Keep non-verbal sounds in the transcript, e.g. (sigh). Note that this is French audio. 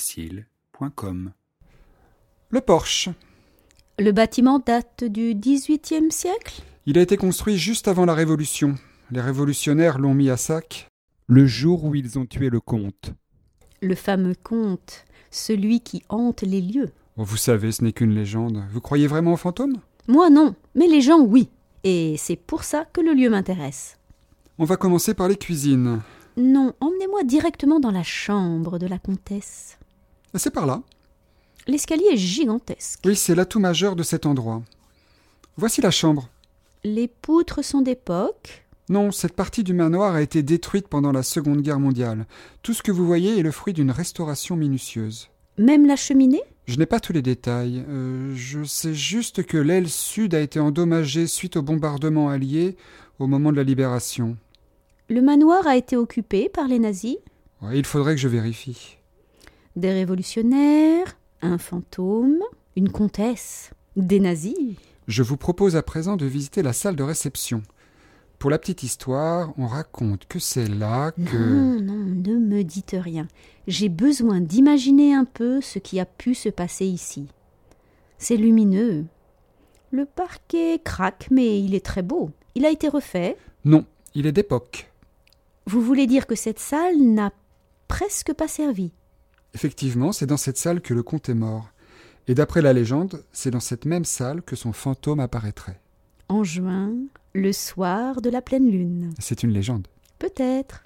podcastfrancaisfacile.com Le porche. Le bâtiment date du XVIIIe siècle Il a été construit juste avant la Révolution. Les révolutionnaires l'ont mis à sac le jour où ils ont tué le comte. Le fameux conte, celui qui hante les lieux. Oh, vous savez, ce n'est qu'une légende. Vous croyez vraiment aux fantômes Moi non, mais les gens oui. Et c'est pour ça que le lieu m'intéresse. On va commencer par les cuisines. Non, emmenez-moi directement dans la chambre de la comtesse. Ah, C'est par là. L'escalier est gigantesque. Oui, c'est l'atout majeur de cet endroit. Voici la chambre. Les poutres sont d'époque. Non, cette partie du manoir a été détruite pendant la Seconde Guerre mondiale. Tout ce que vous voyez est le fruit d'une restauration minutieuse. Même la cheminée Je n'ai pas tous les détails. euh, je sais juste que l'aile sud a été endommagée suite au bombardement allié au moment de la libération. Le manoir a été occupé par les nazis. Ouais, il faudrait que je vérifie. Des révolutionnaires, un fantôme, une comtesse, des nazis. Je vous propose à présent de visiter la salle de réception. Pour la petite histoire, on raconte que c'est là (laughs) que... Non, non, ne me dites rien. J'ai besoin d'imaginer un peu ce qui a pu se passer ici. C'est lumineux. Le parquet craque, mais il est très beau. Il a été refait. Non, il est d'époque. Vous voulez dire que cette salle n'a presque pas servi Effectivement, c'est dans cette salle que le comte est mort. Et d'après la légende, c'est dans cette même salle que son fantôme apparaîtrait. En juin, le soir de la pleine lune. C'est une légende. Peut-être.